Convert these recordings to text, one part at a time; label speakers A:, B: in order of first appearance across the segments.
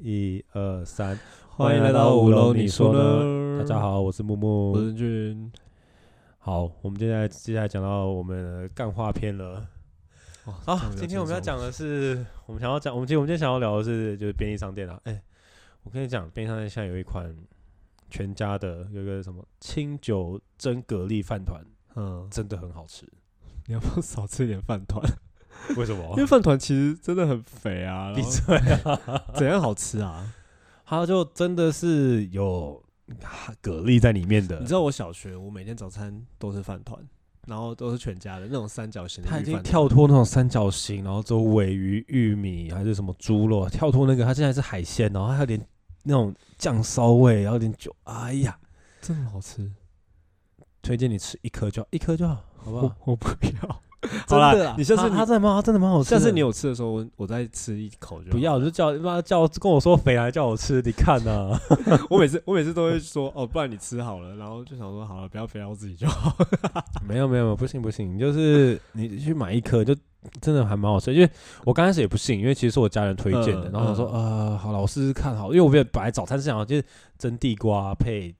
A: 一二三，
B: 欢迎来到五楼，你说呢？
A: 大家，好，嗯我是木木
B: 我。是俊。
A: 好，我们接下来接下来讲到我们的干话篇了。好、今天我哦们要讲的是，我们想要讲，我们今我们今天想要聊的是就是便利商店啊。哎、我跟你讲，便利商店现在有一款全家的，有一个什么清酒蒸蛤蜊饭团，
B: 嗯，
A: 真的很好 吃。
B: 你要不要少吃一点饭 团？
A: 为什
B: 因
A: 么
B: 为？饭团其实真的很肥啊，
A: 闭
B: 然后
A: 嘴啊！
B: 怎样好吃啊？
A: 它就真的是有蛤蜊在里面的，
B: 你知道我小学，我每天早餐都是饭团，然后都是全家的那种三角形的。
A: 它已经跳，脱那种三角形，然后走尾鱼、玉米还是什么猪肉，跳脱那个，它现在是海鲜，然后它还有点那种酱烧味，然后有点酒，哎呀，
B: 真的好吃。
A: 推荐你吃一颗就好，一颗就 好，好不 好？
B: 我不要，
A: 好
B: 真
A: 啦
B: 的啦。啊你下次
A: 它它
B: 你
A: 真的啊蛮好，真的蛮好吃
B: 下
A: 的。
B: 次你有吃的时候，我我再吃一口就好
A: 不。要，你就叫妈叫跟我说肥来叫我吃，你看呐、
B: 我每次我每次都会说哦，不然你吃好了，然后就想说好了，不要肥到我自己就 好。
A: 没有没有，没有不信不信，你就是你去买一颗，就真的还蛮好吃。因为我刚开始也不信，因为其实是我家人推荐的，
B: 嗯
A: 然后我说、呃，好了，我试试看好了，因为我原本来早餐是想要就是蒸地瓜配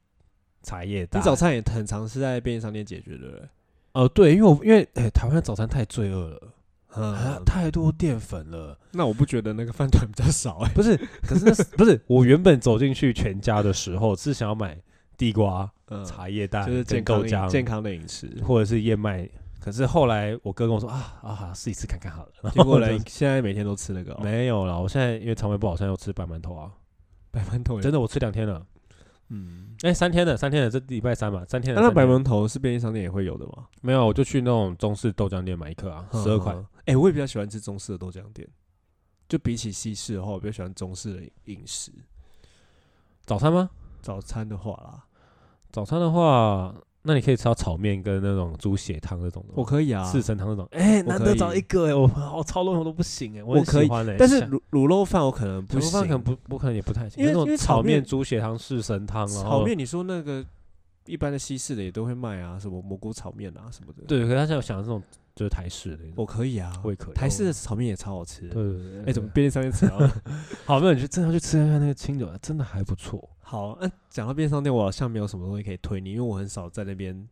A: 茶叶蛋。
B: 你早餐也很常是在便利商店解决的，
A: 呃对，因为我因为哎、台湾的早餐太罪恶了，啊
B: 嗯，
A: 太多淀粉了。
B: 那我不觉得那个饭团比较少哎、
A: 不是，可是那 是不是我原本走进去全家的时候是想要买地瓜、
B: 嗯，
A: 茶叶蛋、
B: 就是健
A: 跟
B: 康
A: 豆
B: 饮
A: 浆、
B: 健康的饮 食。
A: 或者是燕麦。可是后来我哥跟我说啊啊，试一次看看好了。 然后
B: 结果
A: 我就
B: 嘞，现在每天都吃那个、哦，
A: 没有啦，我现在因为肠胃不好，现在又吃白馒头啊。
B: 白馒头也
A: 真的，我吃两天了，
B: 嗯，
A: 哎、三天了，三天了，这礼拜三嘛，三天
B: 那
A: 了。
B: 那
A: 三
B: 白
A: 天了
B: 馒头是便利商店也会有的吗？
A: 没有，我就去那种中式豆浆店买一颗啊，十二块。
B: 嗯。哎、我也比较喜欢吃中式的豆浆店，就比起西式的话，我比较喜欢中式的饮食。
A: 早餐吗？
B: 早餐的话啦，
A: 早餐的话，那你可以吃到炒面跟那种猪血汤那种的
B: 我
A: 吗，
B: 可以啊，
A: 四神汤那种。哎、
B: 我
A: 难
B: 可
A: 得
B: 以
A: 找一个哎、 我我超多我都不行哎、我
B: 我
A: 很
B: 可以
A: 喜欢哎、
B: 但是
A: 像
B: 卤卤肉饭我可能
A: 卤
B: 不
A: 肉
B: 行，哦
A: 饭可能不，我可能也不太行。
B: 因为
A: 那
B: 因
A: 种
B: 为炒
A: 炒面、
B: 面
A: 猪血汤、四神汤，啊然
B: 炒
A: 后
B: 面，你说那个一般的西式的也都会卖啊，什么蘑菇炒面啊什么的。，
A: 对，可是他现在有想的这种就是台式的那种，
B: 我可以啊，
A: 我也可以
B: 台式的炒面也超好吃的。
A: 对对对对，
B: 哎、怎么便利商店吃到了？
A: 好，没有，你就真的要去吃看看那个清酒，真的还不错。
B: 好，那、讲到便利商店，我好像没有什么东西可以推你，因为我很少在那边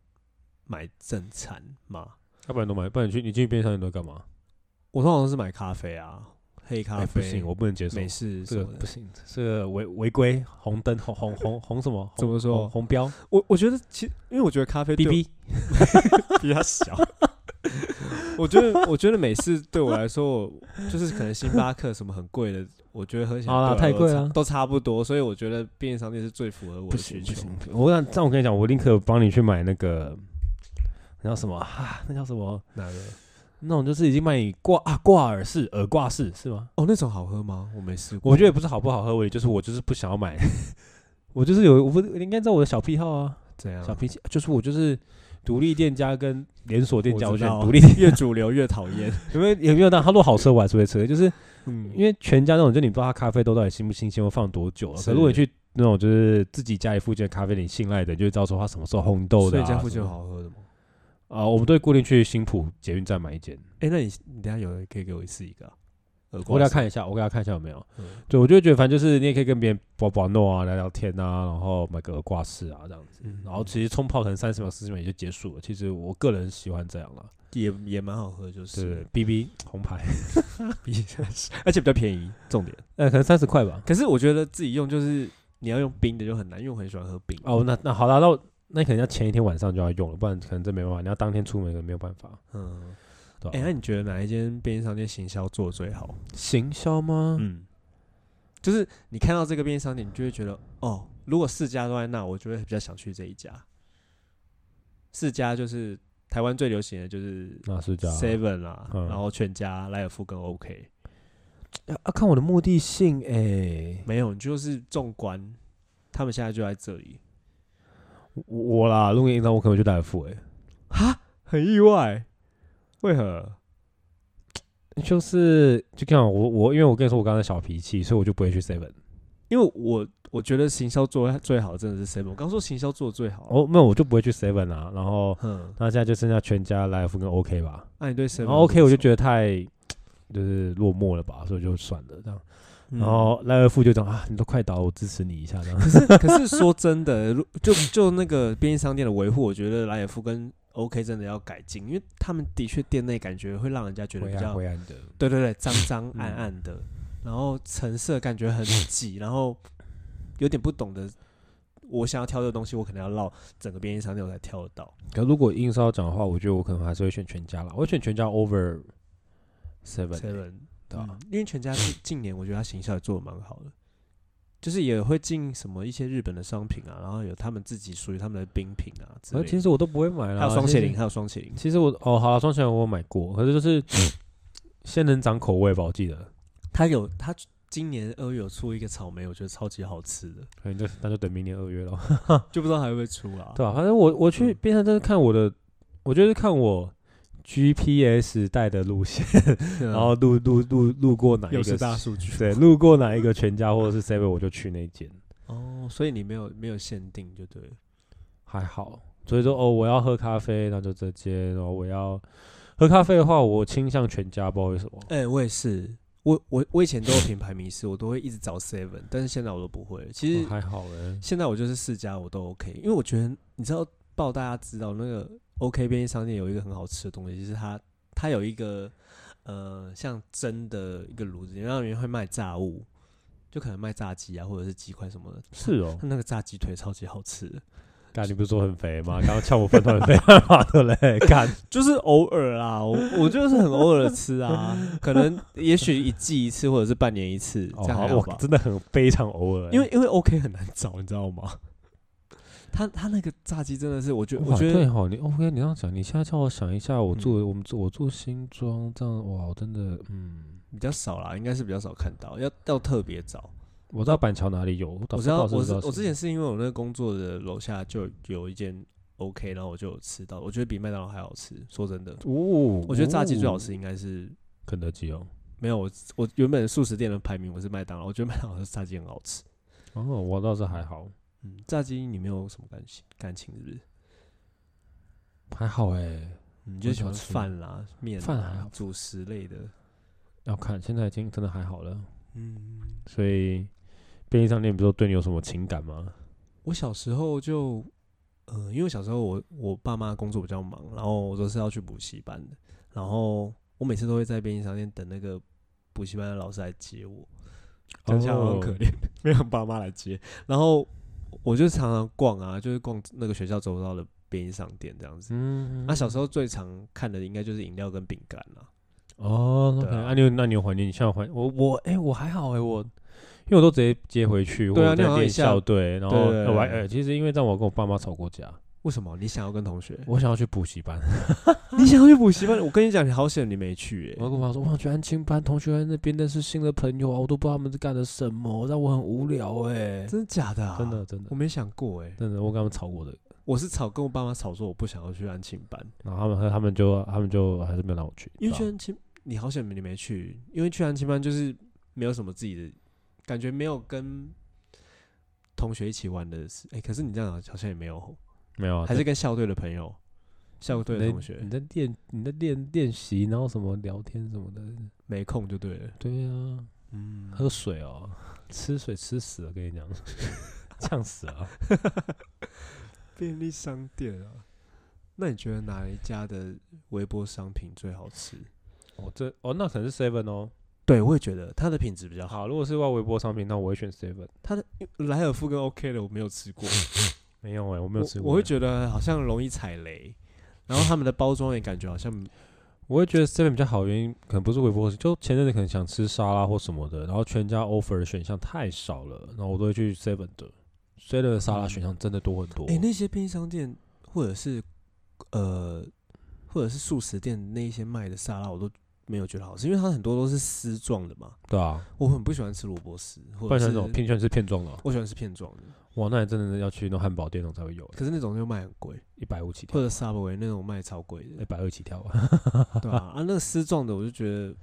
B: 买正餐嘛。
A: 要不然都买，不然你去你去边上你都干嘛？
B: 我通常都是买咖啡啊，黑
A: 哎，
B: 咖
A: 不
B: 啡、
A: 行，我不能接受
B: 美式
A: 这
B: 什
A: 个
B: 么
A: 不
B: 的。
A: 行，这个违违规红灯红红红红什么？哦红
B: 怎么说
A: 红红标
B: 哦我我觉得其实，因为我觉得咖啡
A: 哔
B: 对我
A: 哔。
B: 比 较小。我觉得，我觉得美式对我来说，我就是可能星巴克什么很贵的，我觉得喝起来
A: 好啦
B: 对我来
A: 太贵
B: 说
A: 了
B: 都差不多，所以我觉得便利商店是最符合我的需求。，
A: 我想这样我跟你讲，我宁可帮你去买那个那叫什么啊？那叫什么？
B: 哪个？
A: 那种就是已经卖你挂啊挂耳式耳挂式是吗？
B: 哦，那种好喝吗？我没试过。
A: 我觉得也不是好不好喝，我也就是我就是不想要买， 我就是有我不你应该知道我的小癖好啊。
B: 怎样？
A: 小脾气，就是我就是独立店家跟连锁店家，我
B: 我知
A: 选
B: 道
A: 独立店。
B: 越主流越讨 厌。
A: 有没有有没有？但他如果好吃，我还是会吃。就是
B: 嗯
A: 因为全家那种，就你不知道它咖啡豆到底新不新鲜，会放多久、啊。可
B: 是
A: 如果你去那种就是自己家里附近的咖啡店，你信赖的，就会知道说它什么时候烘豆的、
B: 所
A: 啊。
B: 以家附近有
A: 什么
B: 好喝的吗？
A: 的啊、我们都会固定去新浦捷运站买一间。
B: 哎、那你你等一下有可以给我试一个、啊，耳
A: 我
B: 瓜
A: 给他
B: 是吗
A: 看一下，我给他看一下有没有。
B: 嗯
A: 对，我就会觉得反正就是你也可以跟别人玩玩弄啊，聊聊天啊，然后买个挂饰啊这样子。
B: 嗯
A: 然后其实冲泡可能三十秒、四十秒也就结束了。其实我个人喜欢这样了。
B: 也也蛮好喝，就
A: 对对
B: 是
A: 对，B B 红牌。
B: 比而且比较便宜，重点。
A: 呃，可能三十块吧。
B: 可是我觉得自己用就是你要用冰的就很难，因为我很喜欢喝冰。
A: 哦，那那好啦，那我那可能要前一天晚上就要用了，不然可能真没办法。你要当天出门可能没有办法，
B: 嗯，
A: 对吧、
B: 哎、那你觉得哪一间便利商店行销做的最好？
A: 行销吗？
B: 嗯，就是你看到这个便利商店，你就会觉得哦，如果四家都在那，我就会比较想去这一家。四家就是台湾最流行的就是
A: 那是叫
B: Seven 啦，
A: 嗯
B: 然后全家、莱尔富跟 OK。
A: 要、啊、看我的目的性哎、
B: 没有，你就是纵观，他们现在就在这里，
A: 我我啦，如果硬到我可能就来付哎、
B: 很意外。为何？
A: 就是就这样，我我因为我跟你说我刚才小脾气，所以我就不会去 seven。
B: 因为我我觉得行销做得最好的真的是 seven。我刚说行销做的最好，啊
A: 哦，没有，我就不会去 seven 啊。然后
B: 哼，
A: 那现在就剩下全家、来福跟 OK 吧。
B: 那你对 seven
A: 然后 OK 我就觉得太就是落寞了吧，所以就算了这样。
B: 嗯
A: 然后赖二富就讲啊，你都快倒，我支持你一下这样。
B: 可是 可是说真的，如就就那个便利商店的维护，我觉得莱尔夫跟 OK 真的要改进，因为他们的确店内感觉会让人家觉得
A: 回
B: 比
A: 安
B: 较
A: 回安的，
B: 对对对脏脏暗暗的，然后成色感觉很 挤，然后有点不懂得我想要挑的东西，我可能要绕整个便利商店我才挑得到。
A: 可如果硬是要讲的话，我觉得我可能还是会选全家啦，我会选全家 over seven，
B: Seven 嗯
A: 对吧？
B: 因为全家是 近年我觉得它行销也做的蛮好的，就是也会进什么一些日本的商品啊，然后有他们自己属于他们的冰品啊之
A: 呃
B: 类的。
A: 其实我都不会买啦。
B: 还有双
A: 其
B: 麒
A: 实
B: 麟，还有双麒麟，
A: 其实我哦，好了，双麒麟我有买过，可是就是仙人掌口味吧，我记得。
B: 它有它今年二月有出一个草莓，我觉得超级好吃的，
A: 可能就那就等明年二月了，
B: 就不知道还会不会出啊。
A: 对吧、反正我我去边上就是看我的，我就是看我 GPS 带的路线，
B: 对啊，
A: 然后路路路路过哪一
B: 又是
A: 个
B: 大数据，
A: 对，路过哪一个全家或者是 Seven 我就去那间，
B: 哦，所以你没有没有限定就对了。
A: 还好。所以说哦，我要喝咖啡，那就这间；然后我要喝咖啡的话，我倾向全家，不知道为什么。
B: 哎、我也是，我我我以前都有品牌迷失，我都会一直找 Seven，但是现在我都不会。其实
A: 哦还好哎、
B: 现在我就是四家我都 OK，因为我觉得你知道报大家知道那个 OK 便利商店有一个很好吃的东西，就是它它有一个呃像蒸的一个炉子，然后里面会卖炸物，就可能卖炸鸡啊或者是鸡块什么的。
A: 是 哦
B: 它，那个炸鸡腿超级好吃的，
A: 干你不是说很肥 吗？刚刚呛我饭团很肥嘛，对不 对？干
B: 就是偶尔啊，我 我就是很偶尔吃 啊，可能也许一季一次或者是半年一次，
A: 哦
B: 这样
A: 好
B: 还好吧
A: 我？真的很非常偶尔欸、
B: 因为因为 OK 很难找，你知道吗？他他那个炸鸡真的是，我觉得我
A: 哇
B: 觉
A: 对啊
B: 得嗯
A: 哈，你哦 OK，你这样讲，你现在叫我想一下，我住、我们住我住新庄这样，哇，我真的嗯，
B: 比较少啦，应该是比较少看到，要要特别找。
A: 我知道板桥哪里有，我倒
B: 我
A: 不
B: 知
A: 哦
B: 道，
A: 倒是不
B: 我
A: 知
B: 是
A: 道
B: 我之
A: 是
B: 前是因为我那个工作的楼下就有一间 OK，然后我就有吃到，我觉得比麦当劳还好吃。说真的，
A: 哦，
B: 我觉得炸鸡最好
A: 哦，
B: 吃应该是
A: 肯德基哦。
B: 没有我我原本素食店的排名我是麦当劳，我觉得麦当劳的炸鸡很好吃。
A: 哦，我倒是还好，
B: 嗯，炸鸡你没有什么感情感情是不是？
A: 还好哎、
B: 你
A: 我
B: 就喜
A: 喜
B: 欢
A: 欢吃
B: 饭啦、面啊、
A: 饭还好
B: 主食类的。
A: 要看现在已经真的还好了。
B: 嗯，
A: 所以便利商店，比如说对你有什么情感吗？
B: 我小时候就，呃，因为小时候我我爸妈工作比较忙，然后我都是要去补习班的，然后我每次都会在便利商店等那个补习班的老师来接我，讲起来好像很可
A: 哦
B: 怜， 没有爸妈来接，然后我就常常逛啊，就是逛那个学校走到的便利商店这样子。
A: 嗯，
B: 那、小时候最常看的应该就是饮料跟饼干啦，
A: 哦
B: 对
A: ，OK，
B: 啊
A: 啊，你有那你有怀念？你现在有怀我我哎、我还好哎、我因为我都直接接回去，
B: 对啊
A: 或者
B: 你
A: 在
B: 好像
A: 练
B: 一下
A: 校队，然后
B: 对对对
A: 呃我还呃，其实因为这样我跟我爸妈吵过架，
B: 为什么你想要跟同学？
A: 我想要去补习班，
B: 你想要去补习班？我跟你讲，你好险你没去、
A: 我
B: 欸，
A: 跟我爸说，我想去安亲班，同学在那边认识新的朋友啊，我都不知道他们是干了什么，让我很无聊哎、
B: 真的假的、啊？
A: 真的，真的
B: 我没想过哎、
A: 真的，我跟他们吵过的，
B: 我是吵跟我爸妈吵说我不想要去安庆班，
A: 然后他们他们就他们就还是没有让我去，
B: 因为去
A: 对吧啊
B: 安庆你好险你没去，因为去安庆班就是没有什么自己的感觉，没有跟同学一起玩的事。哎、可是你这样好像也没有吼，
A: 没有啊，
B: 还是跟校队的朋友、校队
A: 你
B: 的
A: 在
B: 同学
A: 你在练你在练练习，然后什么聊天什么的，
B: 没空就对了。
A: 对啊，
B: 嗯，
A: 喝水哦，吃水吃死了，跟你讲， 呛死了。
B: 便利商店啊，那你觉得哪一家的微波商品最好吃？
A: 哦，这哦，那可能是 Seven 哦。
B: 对，我也觉得它的品质比较好。
A: 好，如果是外微波商品，那我会选 Seven。
B: 它的莱尔富跟 OK 的我没有吃过，
A: 没有哎、 我没有吃过
B: 我。我会
A: 得，
B: 觉得好像容易踩雷，然后他们的包装也感觉好 像
A: 我会觉得 Seven 比较好，原因可能不是微波，就前阵子可能想吃沙拉或什么的，然后全家 offer 的选项太少了，然后我都会去 Seven 的。Seven 的沙拉选项真的多很多。
B: 哎、那些便利商店或者是呃或者是素食店那一些卖的沙拉，我都没有觉得好吃，因为它很多都是丝状的嘛，
A: 对啊，
B: 我很不喜欢吃萝卜丝，
A: 不
B: 或者
A: 然
B: 是
A: 那种偏全是片状的哦、
B: 我喜欢吃片状的，
A: 哇，那你真的要去那种汉堡店那种才会有、欸
B: 可是那种就卖很贵，
A: 一百五起跳
B: 或，者 Subway 那种卖超贵
A: 一
B: 的，
A: 百二起跳吧。
B: 对啊，啊那个丝状的我就觉得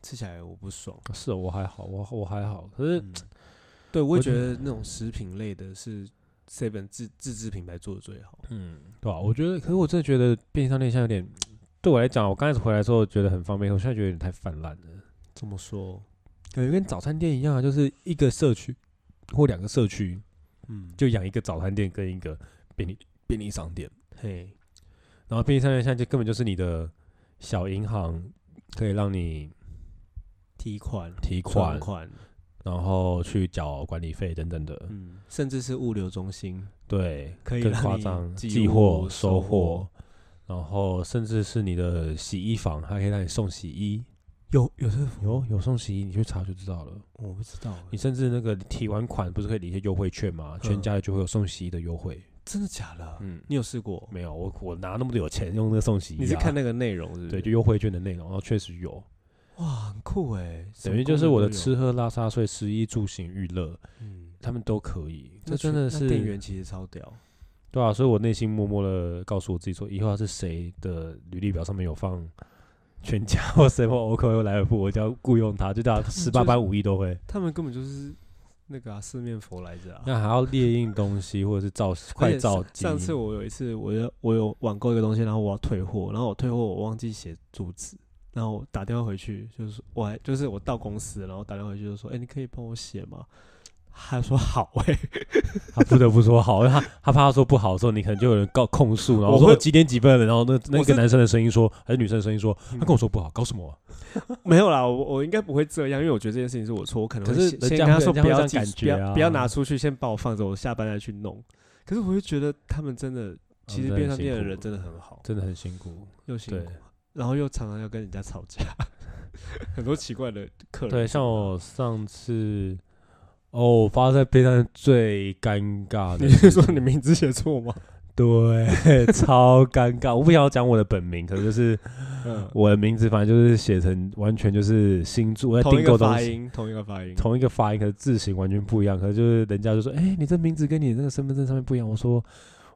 B: 吃起来我不爽。
A: 是哦我还好，我我还好，可是
B: 嗯，对，我
A: 我
B: 也觉
A: 觉
B: 得那种食品类的是 Seven 自自制品牌做的最好。
A: 嗯，对吧、我觉得，可是我真的觉得便利商店现在有点，对我来讲，我刚开始回来的时候觉得很方便，我现在觉得有点太泛滥了。
B: 这么说，
A: 感觉跟早餐店一样啊，就是一个社区或两个社区
B: 嗯，
A: 就养一个早餐店跟一个便利便利商店，
B: 嘿，
A: 然后便利商店现在就根本就是你的小银行，可以让你
B: 提款、
A: 提
B: 存
A: 款，
B: 款，
A: 然后去缴管理费等等的，
B: 嗯，甚至是物流中心，
A: 对，
B: 可以
A: 更
B: 让
A: 夸
B: 你
A: 张，
B: 寄
A: 寄
B: 物
A: 货、
B: 收
A: 收
B: 货
A: 货，然后甚至是你的洗衣房，还可以让你送洗衣，
B: 有有这
A: 有有送洗衣，你去查就知道了。
B: 我不知道欸，
A: 你甚至那个提完款不是可以领一些优惠券吗？全
B: 嗯
A: 家就会有送洗衣的优惠。
B: 真的假的？
A: 嗯，
B: 你有试过？
A: 没有，我我哪那么多有钱用那个送洗衣、啊？你是看那
B: 那个内容是不是？
A: 对，就优惠券的内容，然后确实有，
B: 哇，很酷哎，
A: 等于就是我的吃，喝拉撒睡、食衣住行娱乐，
B: 嗯，
A: 他们都可以。
B: 那
A: 这真的
B: 去那店
A: 是
B: 员其实超屌，
A: 对啊，所以我内心默默的告诉我自己说，以后要是谁的履历表上面有放 全家或 s e v o k 或莱尔富，我就要雇佣他，就叫
B: 们
A: 十八
B: 就
A: 般武艺都会。
B: 他们根本就是那个啊，四面佛来着啊。
A: 那还要列印东西或者是 照快照
B: 而且上上次我有一次，我有我有网购一个东西，然后我要退货，然后我退货我忘记写住址，然后我打电话回去，就是说我还就是我到公司，然后打电话回去就说，哎、你可以帮我写吗？他说好哎、
A: 他不得不说好，因为他他怕他说不好的时候，你可能就有人告控诉，然后
B: 我
A: 说
B: 会
A: 我几点几分了，然后那那
B: 我
A: 个
B: 是
A: 男生的声音说，还是女生的声音说，他
B: 嗯
A: 跟我说不好，搞什么啊、
B: 没有啦，我我应该不会这样，因为我觉得这件事情是我错，我可能
A: 可
B: 会
A: 是
B: 先
A: 人
B: 先
A: 家
B: 跟他
A: 会
B: 说
A: 人家
B: 不
A: 会这
B: 要
A: 样
B: 寄
A: 感
B: 出，不要、
A: 觉啊
B: 不要拿出去，先把我放着，我下班再去弄。可是我会觉得他们真的，其
A: 嗯
B: 实
A: 真的
B: 便利商
A: 很
B: 店的
A: 辛苦
B: 人真的很好，
A: 真的很辛苦。
B: 又辛
A: 对
B: 苦，然后又常常要跟人家吵架， 很多奇怪的客人。
A: 对，像我上次哦，我发生在边上最尴尬的
B: 你
A: 事情，
B: 是说你名字写错吗？
A: 对， 超尴尬。我不想要讲我的本名，可能就是
B: 嗯，
A: 我的名字，反正就是写成完全就是星座，我在
B: 同一
A: 订购
B: 个
A: 东
B: 发
A: 西。
B: 音，同一个发音，
A: 同一个发音，可是字形完全不一样。可是就是人家就说：“哎、你这名字跟你那个身份证上面不一样。”我说：“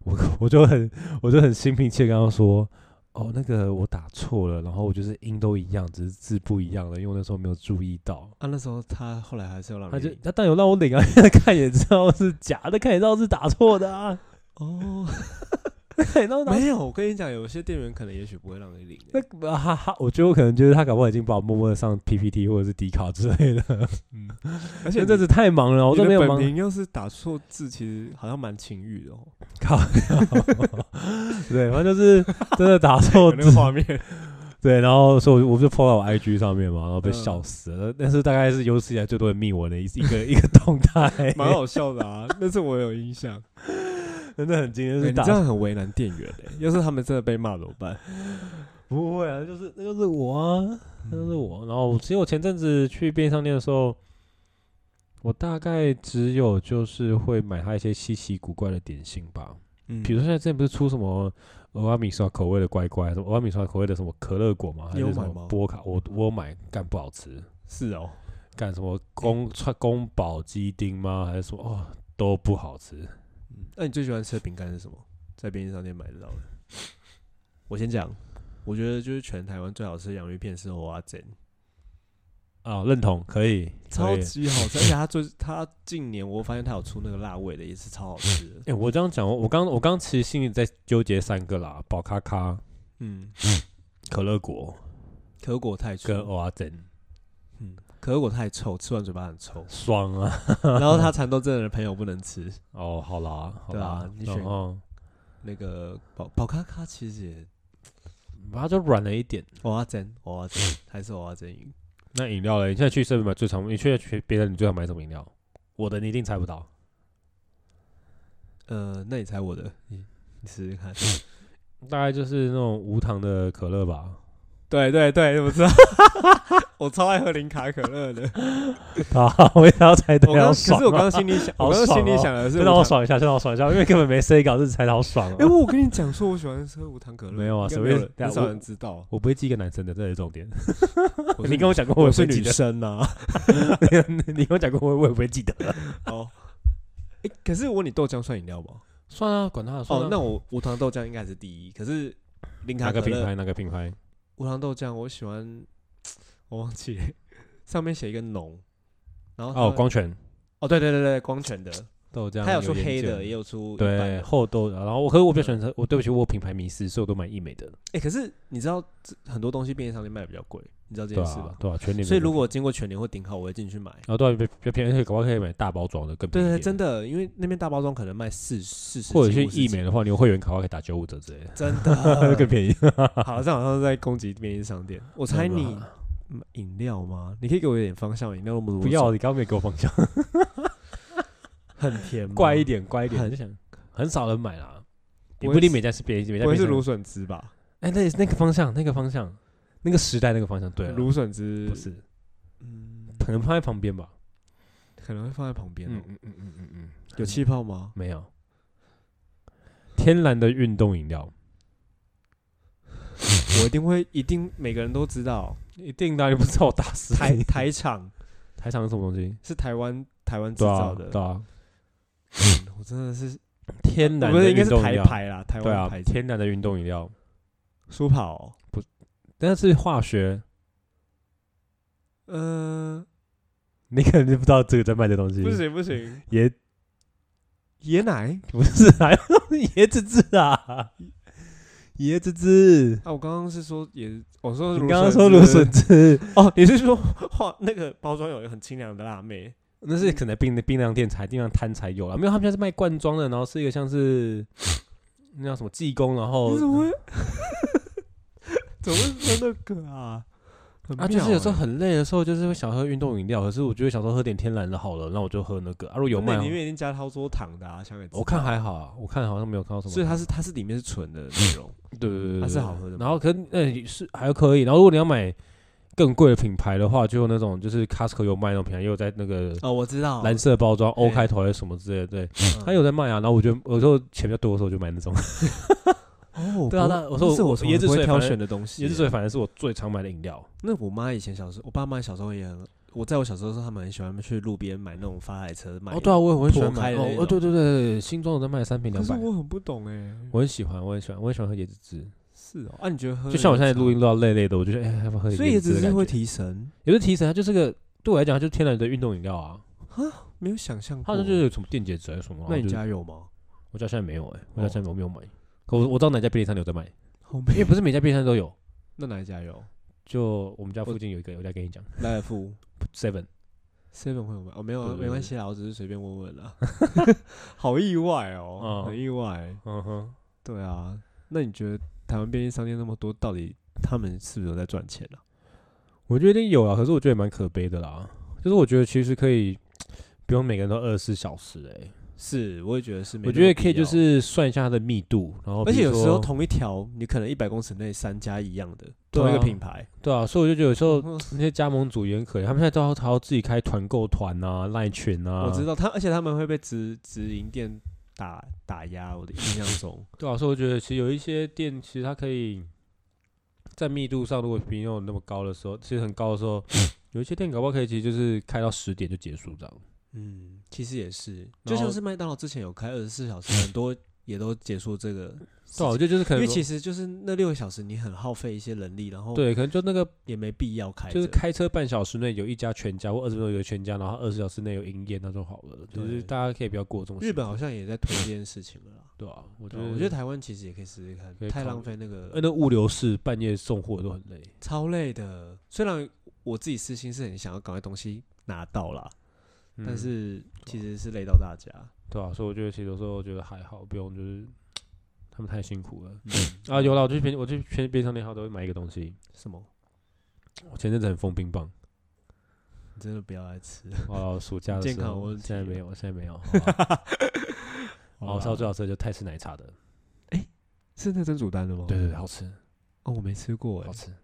A: 我 我就很我就很心平气和跟他说，哦，那个我打错了，然后我就是音都一样，只是字不一样了，因为我那时候没有注意到。”
B: 啊，那时候他后来还是要让
A: 他
B: 你
A: 就
B: 领
A: 他但有让我领啊，因为他 看也知道是假的，看也知道是打错的啊，
B: 哦，
A: 看也知道是打
B: 没有，我跟你讲，有些店员可能也许不会让你领，
A: 那个啊哈哈，我觉得我可能觉得他搞不好已经把我默默的上 PPT 或者是迪卡之类的，
B: 嗯，而且
A: 因为 这
B: 你
A: 次太忙了，我
B: 你
A: 都
B: 的
A: 没有
B: 本
A: 忙。
B: 名要是打错字，其实好像蛮情欲的哦，
A: 靠，对，反正就是真的打 错
B: 有那个
A: 字，
B: 画面，
A: 对，然后所以我就 po 到我 IG 上面嘛，然后被
B: 嗯
A: 笑死了。但是大概是有史以来最多人密我的一一个一个动态，
B: 蛮好笑的 啊。那次我有印象，
A: 真的很惊人，
B: 欸
A: 就是
B: 你
A: 打
B: 这样很为难店员欸要是他们真的被骂怎么 办？
A: 不会啊，就是那就是我啊，那就是我。然后其实我前阵子去便利商店的时候，我大概只有就是会买他一些稀奇古怪的点心吧，
B: 嗯
A: 比如说现在之前不是出什么俄阿米刷口味的乖乖，什么俄阿米刷口味的什么可乐果嘛，还
B: 你有
A: 是什
B: 买
A: 么
B: 吗
A: 波卡，我我有买干不好吃，
B: 是哦，
A: 干什么宫川宫保鸡丁吗？还是什么哦都不好吃。
B: 嗯那你最喜欢吃的饼干是什么？在便利商店买得到的？我先讲，我觉得就是全台湾最好吃的洋芋片是蚵仔煎，
A: 啊、认同可以，
B: 超
A: 可以
B: 级好吃，而且它最它近年我发现它有出那个辣味的，也是超好吃的。
A: 哎、我这样讲，我我刚我刚其实心里在纠结三个啦，宝咖咖、
B: 嗯，
A: 可乐果
B: 可哦果太
A: 跟
B: 臭，
A: 欧阿珍。
B: 嗯，可果太臭，吃完嘴巴很臭
A: 双啊。
B: 然后它蚕豆症的朋友不能吃，
A: 哦，好啦，嗯好
B: 对啊
A: 啦，
B: 你选
A: 然后
B: 那个宝宝咖咖其实也
A: 它就软了一点。
B: 蚵仔煎，蚵仔煎还是蚵仔煎赢。
A: 那饮料嘞？你现在去 seven 买最常，你去去别人你最常买什么饮料？我的你一定猜不到。
B: 呃，那你猜我的，你你试试看。
A: 大概就是那种无糖的可乐吧，
B: 对对对，我知道， 我超爱喝零卡可乐的。
A: 啊，我也要猜对，
B: 我刚
A: 好
B: 可
A: 爽、啊。
B: 是我刚刚心里想，
A: 好
B: 我刚刚
A: 爽
B: 心里
A: 哦
B: 想的是
A: 就让我
B: 无糖。
A: 爽一下，就让我爽一下，因为根本没 C 稿，这猜的好 爽啊
B: 哎，！我跟你讲说，我喜欢喝无糖可乐，
A: 没有啊
B: 应该
A: 随
B: 没有
A: 便
B: 人
A: 等
B: 很
A: 下
B: 少
A: 我
B: 人知 道。
A: 我不会记一个男生的，这是重点。
B: 我是
A: 你跟我讲过，
B: 我
A: 也不
B: 是
A: 会记
B: 女
A: 得；
B: 生啊。
A: 你跟我讲过，我也不会记得。
B: 哦，哎，可是我问你豆浆算饮料吗？
A: 算啊，管他
B: 哦，那
A: 我
B: 我无糖豆浆应该还是第一，可是零卡
A: 哪
B: 可
A: 个品
B: 乐
A: 牌？哪个品牌？
B: 无糖豆浆，我喜欢，我忘记了，上面写一个浓，然后
A: 哦，
B: 它
A: 光泉
B: 哦，对对对对，光泉的，
A: 豆浆，
B: 它有出黑的，也
A: 有
B: 有出一般
A: 对
B: 的。
A: 厚豆的。然后我，可是我比较喜欢吃，我对不起，我有品牌迷失，所以我都买益美的。
B: 哎、可是你知道这很多东西便利商店卖得比较贵，你知道这
A: 对
B: 件事吧
A: 啊？，对啊，全年。
B: 所以如果经过全年或顶好，我会进去买。
A: 啊，对啊，比比较便宜，而且搞不好可以买大包装的更
B: 对
A: 便宜一
B: 对，
A: 点
B: 真的，因为那边大包装可能卖四四十，
A: 或者去
B: 一
A: 易美的话，你有会员卡的话可以打九五折之类的，
B: 真
A: 更
B: 的。
A: 便宜。
B: 好，这好呃像是在攻击便利商店。我猜你嗯饮料吗？你可以给我一点方向吗，饮料那么 多
A: 不要，你刚刚没给我方
B: 嗯
A: 向，
B: 很甜吗，
A: 乖一点，乖一点，
B: 很
A: 就想很少人买啦。
B: 不
A: 也
B: 会
A: 不一定每家是便宜，每家
B: 不会
A: 便
B: 是
A: 宜。
B: 芦笋汁吧？
A: 哎，那那个方向，那个方向，那个时代那个方向，对啊，
B: 芦笋汁
A: 不，是，
B: 嗯，
A: 可能放在旁边吧。
B: 可能会放在旁边哦
A: 嗯。嗯嗯嗯嗯嗯，
B: 有气泡 吗？
A: 没有？天然的运动饮料，
B: 我一定会，一定每个人都知 道。
A: 一定的啊，你不知道我打死
B: 台
A: 你
B: 台厂
A: 台厂是什么东西？
B: 是台湾台湾制
A: 对
B: 造
A: 啊，
B: 的
A: 对，啊，
B: 嗯我真的是
A: 天然
B: 不
A: 的
B: 是应该
A: 运
B: 是
A: 动饮
B: 台
A: 料，
B: 牌啦，台
A: 对
B: 湾
A: 啊
B: 牌，子
A: 天然的运动饮料，
B: 舒跑哦，
A: 但是化学，
B: 嗯，
A: 你可能就不知道这个在卖的东西。
B: 不行不行，
A: 椰
B: 椰奶
A: 不是啊， 椰子汁啊，椰子汁。
B: 啊，我刚刚是说也，我说
A: 你
B: 芦
A: 刚刚说
B: 笋汁
A: 芦笋汁，
B: 哦，你是说 哇，那个包装有一个很清凉的辣妹，
A: 那是可能冰冰凉店才、冰凉摊才有啊，没有，他们家是卖罐装的，然后是一个像是那叫什么济公，然后
B: 你怎么 会怎么会说那个啊？很
A: 啊，就是
B: 妙
A: 有时候
B: 欸
A: 很累的时候，就是会想喝运动饮料，可是我就会想说喝点天然的好了，那我就喝那个啊，如果有卖
B: 那
A: 哦，
B: 里面已经加超多糖的啊，香港
A: 我看还好啊，我看好像没有看到什么，
B: 所以它是它是里面是纯的内容，
A: 对对对对，
B: 它是
A: 对
B: 好喝的吗
A: 然后可是那、是还可以，然后如果你要买更贵的品牌的话，就有那种就是 Costco 有卖那种品牌，也有在那个
B: 哦，我知道
A: 蓝色包装 O
B: 嘿
A: 开头还是什么之类的，对，
B: 嗯
A: 他有在卖啊。然后我觉得有时候钱比较多的时候，我就买那种
B: 哦，
A: 对啊
B: 不
A: 那我
B: 那
A: 说
B: 是
A: 我
B: 我
A: 我
B: 从
A: 椰
B: 来
A: 子
B: 不会
A: 水
B: 挑
A: 反而
B: 选的东西，
A: 椰子水， 反正是我最常买的饮料。
B: 那我妈以前小时候，我爸妈小时候也很，我在我小时候的时候，他们很喜欢去路边买那种发财车买。
A: 哦，对啊，我也我很喜欢
B: 破
A: 买
B: 开的那
A: 哦，哦对对对对，新装有在卖三瓶
B: 可
A: 两
B: 是
A: 百，
B: 我很不懂哎、
A: 我很喜欢，我很喜欢，我很喜欢喝椰子汁。
B: 是哦，啊，你觉得喝
A: 就像我现在
B: 有
A: 录音录到累累的，我就觉得哎，要不要喝点
B: 差，所以
A: 椰
B: 也
A: 子
B: 只
A: 汁的
B: 是
A: 感
B: 会
A: 觉
B: 提神，
A: 也不是提神，它啊就是个对我来讲，它就是天然的运动饮料啊。
B: 没有想象
A: 它
B: 过。
A: 好像就是有什么电解质还是什么，然后
B: 哦那你
A: 就
B: 家有吗？
A: 我家现在没有哎、我家现在我没有买，可我我知道哪家便利商店有在卖，
B: 后
A: 因为
B: 面
A: 不是每家便利商店都有，
B: 那哪一家有？
A: 就我们家附近有一个，我再跟你讲
B: 莱尔富、
A: Seven，
B: seven 会有吗？哦，没有啊，
A: 对对
B: 没关系啦，我只是随便问 问啦。好意外哦，
A: 嗯
B: 很意外。
A: 嗯哼，
B: 对啊，那你觉得台湾便利商店那么多，到底他们是不是有在赚钱啊？
A: 我觉得一定有啊，可是我觉得也蛮可悲的啦，就是我觉得其实可以不用每个人都二十四小时哎、
B: 是，我也觉得是。
A: 我觉得可以就
B: 没那么必要
A: 是算一下它的密度，然后比
B: 而且
A: 如
B: 有时候
A: 说
B: 同一条，你可能一百公尺内三家一样的，
A: 对
B: 同一个
A: 啊
B: 品牌，
A: 对啊，所以我就觉得有时候
B: 嗯
A: 那些加盟主也很可怜，他们现在都要还要自己开团购团啊、赖群啊，
B: 我知道他，而且他们会被直直营店打打压。我的印象 中，
A: 对啊，所以我觉得其实有一些店，其实它可以在密度上，如果没有那么高的时候，其实很高的时候， 有一些店搞不好可以其实就是开到十点就结束这样。
B: 嗯，其实也是，
A: 然
B: 就
A: 后
B: 像是麦当劳之前有开二十四小时，很多也都结束这个事
A: 对啊、
B: 情。
A: 我觉得就是可
B: 因
A: 能
B: 为其实就是那六个小时，你很耗费一些人力，然后
A: 对，可能就那个
B: 也没必要开着，
A: 就是开车半小时内有一家全家，或二十分钟有一个全家，然后二十小时内有营业，那就好了。就是
B: 对
A: 大家可以不要过这种
B: 日本
A: 生活
B: 好像也在推这件事情了啦。
A: 对啊，我觉
B: 对
A: 得
B: 啊，我觉得台湾其实也可以试试
A: 可
B: 看，
A: 以
B: 太
A: 考
B: 浪
A: 虑
B: 费那个
A: 呃那物流是半夜送货都很累。
B: 超累的。虽然我自己私心是很想要赶快东西拿到啦，但
A: 嗯
B: 是其实是累到大家。
A: 对啊，所以我觉得其实有时候我觉得还好，不用就是他们太辛苦了。
B: 嗯
A: 啊，有啦，我去便我去便便利商店后都会买一个东西，
B: 什么？
A: 我前阵子很疯冰 棒，
B: 你真的不要来吃。
A: 哦，暑假的
B: 健
A: 时
B: 康
A: 候
B: 问
A: 现在
B: 题
A: 没有，现在 没有。好吧哦，烧最
B: 道
A: 好吃的就泰式奶茶的，
B: 是那蒸煮蛋的吗？
A: 对对对，好吃，
B: 哦，我没吃过哎
A: 好。吃，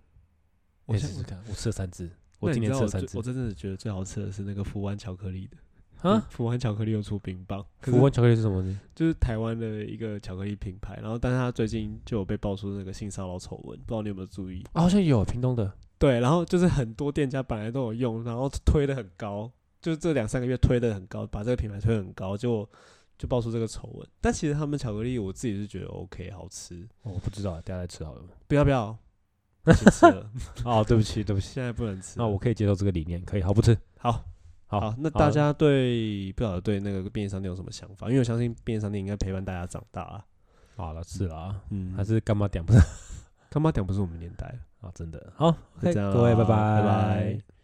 B: 我
A: 你
B: 想
A: 试试看。我吃了三只，
B: 那
A: 我今
B: 你
A: 年
B: 知
A: 吃
B: 道我
A: 了三
B: 最
A: 只
B: 我真的觉得最好吃的是那个福湾巧克力的
A: 啊。
B: 福湾巧克力又出冰棒，可是
A: 福湾巧克力是什么东西？
B: 就是台湾的一个巧克力品牌，然后但是它最近就有被爆出那个性骚扰丑闻，不知道你有没有注意？
A: 啊，好像有屏东的，
B: 对，然后就是很多店家本来都有用，然后推的很高，就是这两三个月推的很高，把这个品牌推得很高，就就爆出这个丑闻。但其实他们巧克力我自己是觉得 OK，好吃。
A: 哦我不知道，等下再吃好了。
B: 不要不要，不行吃了，
A: 哦，对不起，对不 起，
B: 现在不能吃了。
A: 那我可以接受这个理念，可以，好不吃，
B: 好
A: 好
B: 那大
A: 好
B: 家对不晓得对那个便利商店有什么想法？因为我相信便利商店应该陪伴大家长大、啊。
A: 好了，是了啊，
B: 嗯
A: 还是干嘛点不是？干妈讲不是我们年代了，
B: 啊，真的好
A: 就
B: ，OK，
A: 啊这样
B: 各位
A: 啦
B: 啊拜
A: 拜
B: 拜
A: 拜